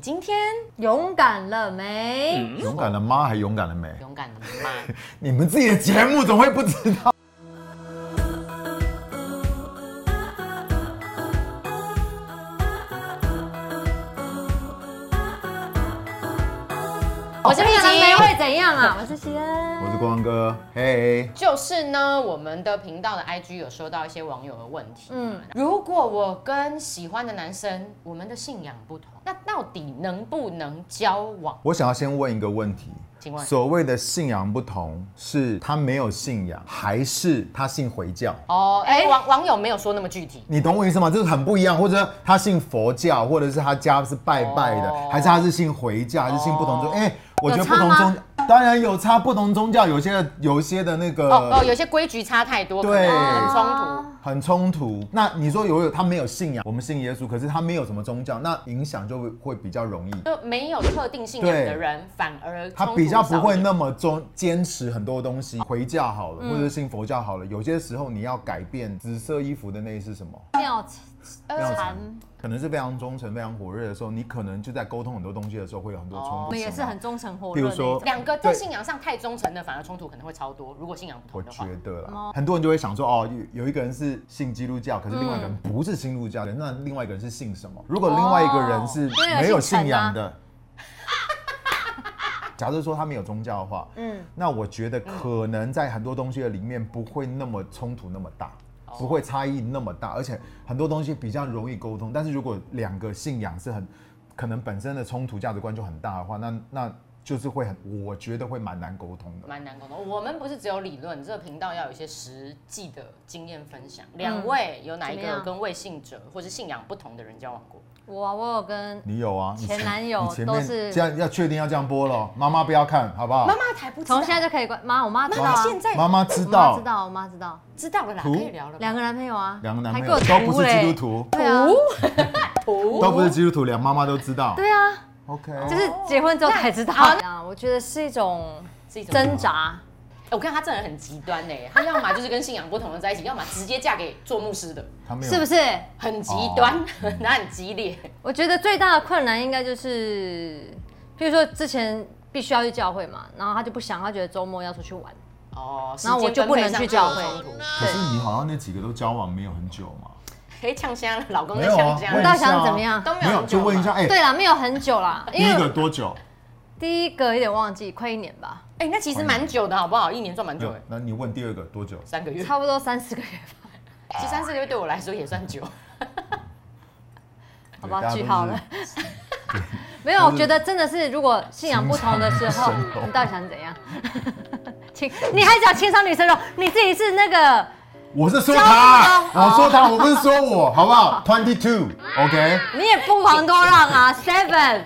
今天勇敢了没？嗯勇敢了吗？还勇敢了没？勇敢的妈，你们自己的节目怎么会不知道？我是平我是平吉，吉会怎样啊？我是西恩， 我是光哥，嘿，就是呢，我们的频道的 IG 有收到一些网友的问题。嗯嗯，如果我跟喜欢的男生，我们的信仰不同，那到底能不能交往？我想要先问一个问题。请问所谓的信仰不同，是他没有信仰，还是他信回教？哦，哎、哎网网友没有说那么具体。你懂我意思吗？这是很不一样，或者他信佛教，或者是他家是拜拜的，哦还是他是信回教，还是信不同宗？哎、我觉得有不差同吗宗当然有差，不同宗教有些的有些的那个哦哦，有些规矩差太多，可能对很冲突。哦很冲突。那你说有有他没有信仰，我们信耶稣，可是他没有什么宗教，那影响就会会比较容易。就没有特定信仰的人，反而他冲突比较不少一会点那么中坚持很多东西，回教好了，或者信佛教好了。有些时候你要改变紫色衣服的那是什么？妙呃妙禅禅，可能是非常忠诚、非常火热的时候，你可能就在沟通很多东西的时候会有很多冲突。哦我们也是很，忠诚火热。比如说两个在对信仰上太忠诚的，反而冲突可能会超多。如果信仰不我同的觉话，得啦，很多人就会想说，哦，有有一个人是信基督教，可是另外一个人不是信基督教的，那另外一个人是信什么？如果另外一个人是没有信仰的，假设说他没有宗教的话，嗯，那我觉得可能在很多东西的里面不会那么冲突那么大哦，不会差异那么大，而且很多东西比较容易沟通。但是如果两个信仰是很可能本身的冲突价值观就很大的话，那那就是会很，我觉得会蛮难沟通的。蛮难沟通。我们不是只有理论，这个频道要有一些实际的经验分享。嗯两位有哪一怎么个样跟未信者或是信仰不同的人交往过？我我有跟你有啊？你前男友你前哦都面是这样要确定要这样播了，妈妈不要看好不好妈？妈才不知道，哦从现在就可以关妈，我妈知道妈啊妈，现在妈妈我知妈道知，道，我妈知道，知道了啦，可图以聊了吧。两个男朋友啊，两个男还朋给我友都不是图嘞基督徒，对 啊，图都不是基督徒，两妈妈都知道。对啊， OK，就是结婚之后才知道啊。 我觉得是一种是一种挣扎，哎我看他这人很极端呢，欸 他要么就是跟信仰不同的在一起，要么直接嫁给做牧师的，他没有是不是？很极端，哦 他很激烈。我觉得最大的困难应该就是，譬如说之前必须要去教会嘛，然后他就不想，他觉得周末要出去玩，哦，然后我时间就不分配能上去教有会冲突可是你好像那几个都交往没有很久嘛，可以呛香了，老公没在有啊呛香我你也到了。底想怎么样？都没有没有很久就嘛问一下，哎，对啦，没有很久啦，第因一为个多久？第一个有点忘记，快一年吧，哎、那其实蛮久的好不好？一年赚蛮哦没久有哎，，那你问第二个多久？三个月。差不多三四个月 吧，其实三四个月对我来说也算久。好吧对大家都是句号了没有，我觉得真的是，如果信仰不同的时候，情商女神 哦你到底想怎样？情，你还讲情商女神哦，你自己是那个 我是说交他往，哦我说他，我不是说我，好不 好？Twenty two，OK。你也不遑多让 啊，Seven，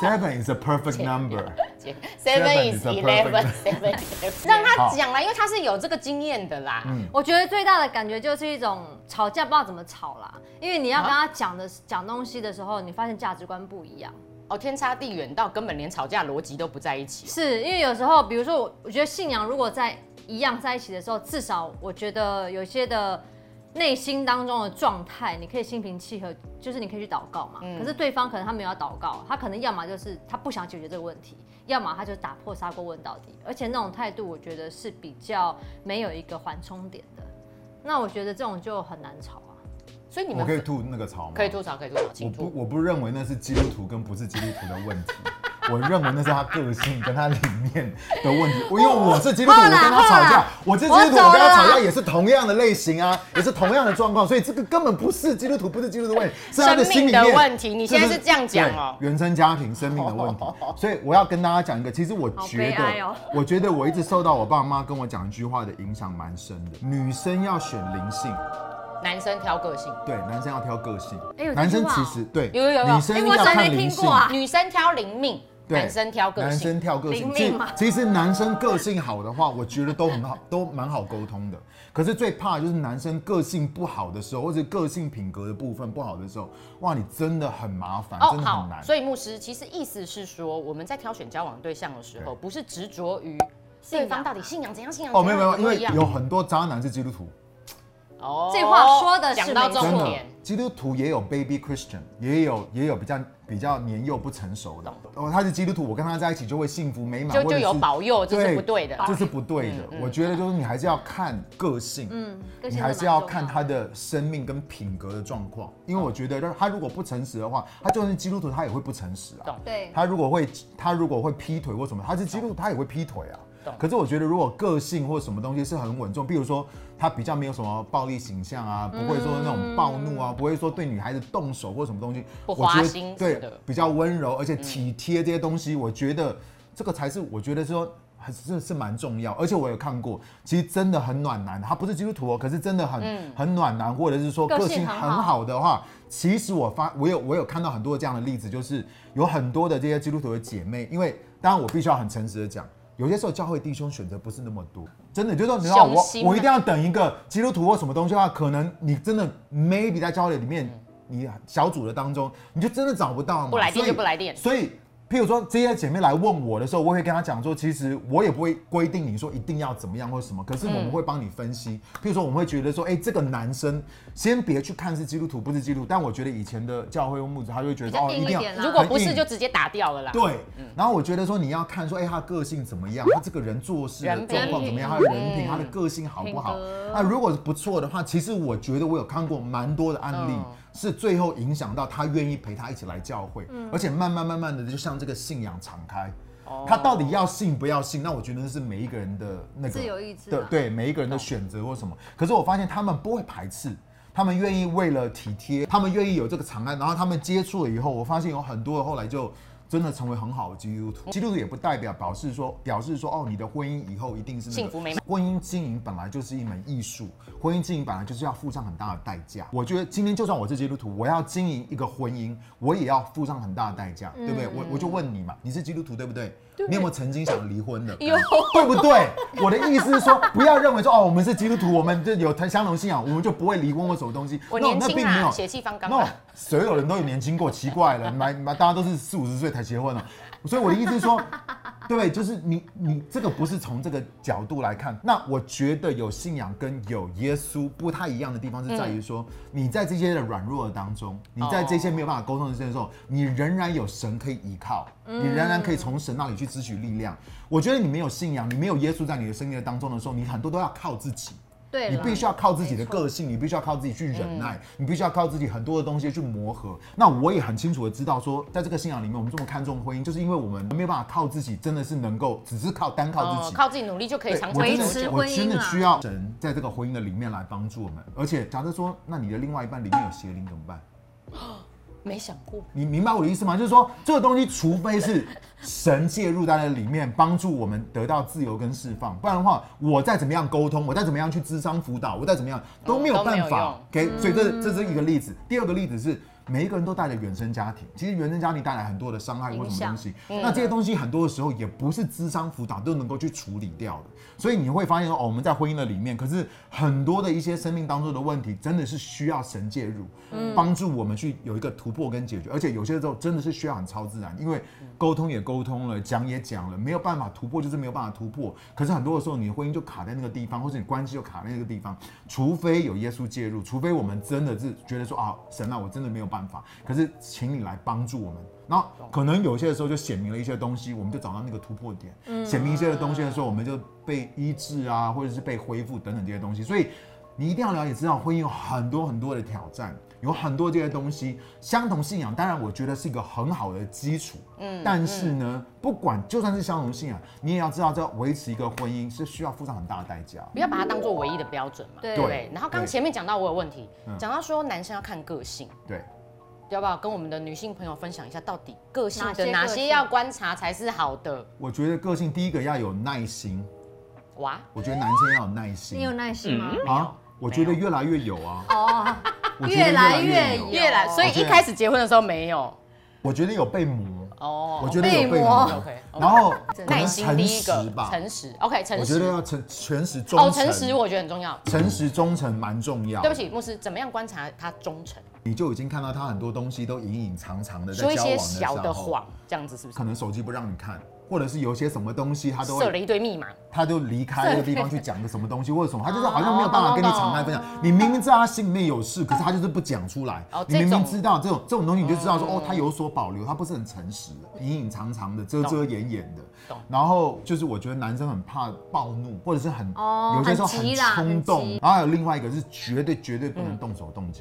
Seven is a perfect number。 Seven Seven is is a eleven, seven is 11让 他好讲啦，因为他是有这个经验的啦。嗯我觉得最大的感觉就是一种吵架不知道怎么吵啦，因为你啊要跟他讲的讲东西的时候，你发现价值观不一样。哦，天差地远到根本连吵架逻辑都不在一起。是因为有时候，比如说我，我觉得信仰如果在一样在一起的时候，至少我觉得有些的内心当中的状态，你可以心平气和，就是你可以去祷告嘛。嗯可是对方可能他没有要祷告，他可能要么就是他不想解决这个问题，要么他就打破砂锅问到底。而且那种态度，我觉得是比较没有一个缓冲点的。那我觉得这种就很难吵啊。所以你我们可以吐那个槽吗？可以。吐槽，可以吐槽，我请吐。不，我不认为那是基督徒跟不是基督徒的问题。我认为那是他个性跟他里面的问题，我因为我是基督徒，后我来跟他吵后来架，我是基督我徒，走我跟他了吵架也是同样的类型啊，也是同样的状况，所以这个根本不是基督徒，不是基督徒的问题，是他的生命心里的面问题你现在就是这样讲哦对原生家庭生命的问题，所以我要跟大家讲一个，其实我好觉悲得哀哦我觉得我一直受到我爸妈跟我讲一句话的影响蛮深的，女生要选灵性，男生挑个性，对，男生要挑个性哎有，这男句生话哦其实对，有有有有女哎生我怎么要看没灵听性过。啊女生挑灵命，对男生挑个男性生。挑个性，灵其命嘛其实男生个性好的话，我觉得都很好，都蛮好沟通的。可是最怕就是男生个性不好的时候，或者个性品格的部分不好的时候，哇，你真的很麻烦，哦真，的好很，难。所以牧师其实意思是说，我们在挑选交往对象的时候，对不是执着于信对仰方到底信仰怎样，信仰哦，怎没有样没有，因不为一样有很多渣男是基督徒，哦这话说的是讲到没错真重的点，基督徒也有 baby Christian，也有也有比较比较年幼不成熟的，哦，他是基督徒，我跟他在一起就会幸福美满，就或者就是有保佑，这是不对的。嗯这是不对的。我觉得就是你还是要看个性，嗯，个你性真还的是蛮要重看他的生命跟品格的状况，因嗯为我觉得他如果不诚实的话，他就算是基督徒，他也会不诚实啊懂。对，他如果会，他如果会劈腿或什么，他是基督徒，他也会劈腿啊懂。可是我觉得，如果个性或什么东西是很稳重，比如说他比较没有什么暴力形象啊，不会说那种暴怒啊，不会说对女孩子动手或什么东西，不我觉花得心对是的比较温柔，而且体贴这些东西，我觉得这个才是我觉得说还是是蛮重要。而且我有看过，其实真的很暖男，他不是基督徒哦，可是真的很、很暖男，或者是说个性个性很很好好的话，其实我发我有我有看到很多这样的例子，就是有很多的这些基督徒的姐妹，因为当然我必须要很诚实的讲。有些时候教会弟兄选择不是那么多，真的就是说，你知道雄我心我啊一定要等一个基督徒或什么东西的话，可能你真的 maybe 在教会里面，你小组的当中，你就真的找不到嘛，不来电所以就不来电所以，譬如说这些姐妹来问我的时候，我会跟她讲说，其实我也不会规定你说一定要怎么样或什么，可是我们会帮你分析。譬如说，我们会觉得说，哎、这个男生先别去看是基督徒不是基督徒，但我觉得以前的教会牧者他就会觉得比较说哦，硬一定要一点啦如果不很是，硬就直接打掉了啦。对，嗯然后我觉得说你要看说，哎、他个性怎么样，他这个人做事的人品状况怎么样，他的人品，他的个性好不好嗯品格？那如果不错的话，其实我觉得我有看过蛮多的案例嗯，是最后影响到他愿意陪他一起来教会，嗯而且慢慢慢慢的就向这个信仰敞开。哦哦他到底要信不要信？那我觉得是每一个人的那个自由意志的啊对每一个人的选择或什么。可是我发现他们不会排斥，他们愿意为了体贴，他们愿意有这个长安，然后他们接触了以后，我发现有很多后来就真的成为很好的基督徒。基督徒也不代表表示说表示说哦，你的婚姻以后一定是、那个、幸福美满。婚姻经营本来就是一门艺术，婚姻经营本来就是要付上很大的代价。我觉得今天就算我是基督徒，我要经营一个婚姻，我也要付上很大的代价，对不对？嗯我我就问你嘛，你是基督徒对不对？你有没有曾经想离婚的？有 对不对？我的意思是说，不要认为说哦，我们是基督徒，我们就有相同信仰，我们就不会离婚或什么东西。我 No，年那轻并没啊，有血气方刚 no，啊。所有人都有年轻过，奇怪了，买 买大家都是四五十岁才结婚了，所以我的意思是说，对，就是你你这个不是从这个角度来看，那我觉得有信仰跟有耶稣不太一样的地方是在于说，嗯你在这些的软弱的当哦中，你在这些没有办法沟通的事情的时候，你仍然有神可以依靠，嗯你仍然可以从神那里去汲取力量。我觉得你没有信仰，你没有耶稣在你的生命的当中的时候，你很多都要靠自己。对你啦必须要靠自己的没错个性，你必须要靠自己去忍耐，你必须要靠自己很多的东西去磨合。那我也很清楚的知道说，在这个信仰里面，我们这么看重婚姻，就是因为我们没有办法靠自己，真的是能够只是靠单靠自哦己。靠自己努力就可以对长长我真维的久持久。我婚姻真的啊需要神在这个婚姻的里面来帮助我们。而且，假设说，那你的另外一半里面有邪灵怎么办？没想过，你明白我的意思吗？就是说，这个东西，除非是神介入在那里面，帮助我们得到自由跟释放，不然的话，我再怎么样沟通，我再怎么样去智商辅导，我再怎么样都没有办法嗯。给，所以这这是一个例子。第二个例子是，每一个人都带着原生家庭，其实原生家庭带来很多的伤害或影什么东响嗯西。那这些东西很多的时候也不是智商辅导都能够去处理掉的，所以你会发现说，哦，我们在婚姻的里面，可是很多的一些生命当中的问题，真的是需要神介入，嗯帮助我们去有一个突破跟解决，而且有些时候真的是需要很超自然，因为嗯沟通也沟通了，讲也讲了，没有办法突破就是没有办法突破，可是很多的时候你的婚姻就卡在那个地方，或者你关系就卡在那个地方，除非有耶稣介入，除非我们真的是觉得说啊，神啊，我真的没有办法，可是请你来帮助我们。然后可能有些的时候就显明了一些东西，我们就找到那个突破点，显明一些的东西的时候，我们就被医治啊，或者是被恢复等等这些东西。所以你一定要了解，知道婚姻有很多很多的挑战，有很多这些东西。相同信仰，当然我觉得是一个很好的基础，嗯，但是呢，不管就算是相同信仰，你也要知道，这维持一个婚姻是需要付上很大的代价。不要把它当做唯一的标准嘛。对不对。然后刚对前面讲到我有问题嗯，讲到说男生要看个性，对，要不要跟我们的女性朋友分享一下，到底个性的哪哪些个些性要观察才是好的？我觉得个性第一个要有耐心，哇，我觉得男生要有耐心。你有耐心吗？啊？我觉得越来越有 啊，哦， 我觉得越来越有有。越来，所以我觉一得开始结婚的时候没有我觉得有被磨，哦。我觉得有被被磨磨。 OK，OK 然后可能耐心第一诚个实吧，诚实，OK，诚实。我觉得要诚诚实忠哦，诚。诚实我觉得很重要。诚实忠诚蛮重要。对不，起，牧师，怎么样观察他忠诚？你就已经看到他很多东西都隐隐藏藏的在说一交往些的时小候，的谎，这样子是不是可？能手机不让你看，或者是有些什么东西，他都设会了一堆密码，他就离开那个地方去讲个什么东西或者什么，他就是好像没有办法跟你敞开分享。哦你明明知道他心里面有事，可是他就是不讲出来哦。你明这明种知道这种这种东西，你就知道说哦，他有所保留，他不是很诚实的，嗯隐隐藏藏的，遮遮掩掩的懂。然后就是我觉得男生很怕暴怒，或者是很哦有些时候很很急嗯啦冲很动急。然后还有另外一个是绝对绝对不能动手动脚。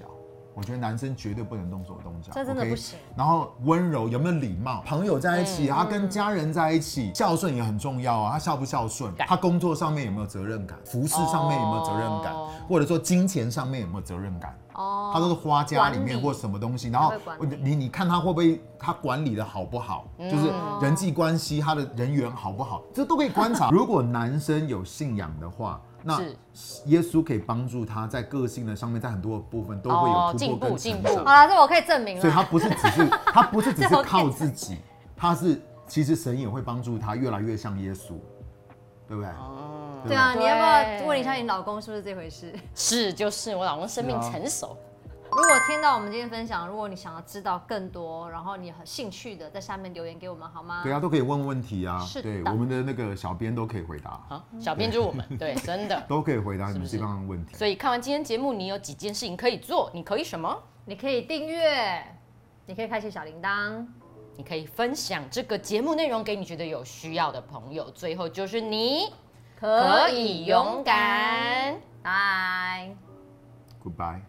我觉得男生绝对不能动手动脚，这真的 OK？不行然后温柔有没有礼貌？朋友在一起，嗯他跟家人在一起，孝顺也很重要啊。他孝不孝顺，感他工作上面有没有责任感，服饰上面有没有责任感哦，或者说金钱上面有没有责任感？哦他都是花家里面管理或什么东西，然后他会管理嗯你你看他会不会他管理的好不好，就是人际关系他的人缘好不好，这都可以观 察。如果男生有信仰的话，那是耶稣可以帮助他在个性的上面，在很多的部分都会有哦突破进步跟进成步长好。啦，这我可以证明所以他了。不是只 是他不是只这是我可以靠自己，他是其实神也会帮助他越来越像耶稣，对不对？哦，对啊，你要不要对问一下你老公是不是这回事？ 是就是我老公生命是啊成熟，如果听到我们今天分享，如果你想要知道更多，然后你很兴趣的，在下面留言给我们好吗？对啊，都可以问问题啊是，的对，我们的那个小编都可以回答，好，小编就是我 们，对，真的。都可以回答是你不们是这方的问题。所以看完今天节目，你有几件事情可以做？你可以什么？你可以订阅，你可以开启小铃铛。你可以分享这个节目内容给你觉得有需要的朋友。最后就是你可以勇敢。啊拜。 Goodbye。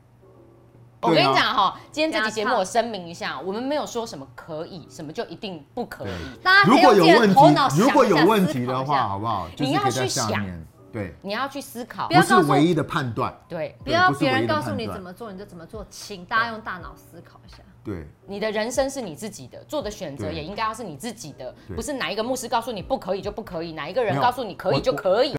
我跟对啊你讲哈，今天这期节目不要唱我声明一啊下，我们没有说什么可以，什么就一定不可以。大家如可以果用有自己的问题头脑，想一下如果有问题思的，考一话，下好不好？就你是要可以在去下想面，对，你要去思考不，不要是告诉我唯一的判断，对不要对不是别唯人一的告诉你判断怎么做你就怎么做，请大家用大脑思考一下。对，你的人生是你自己的，做的选择对也应该要是你自己的，对不是哪一个牧师告诉你不可以就不可以，哪一个没人有告诉你可以我就可以。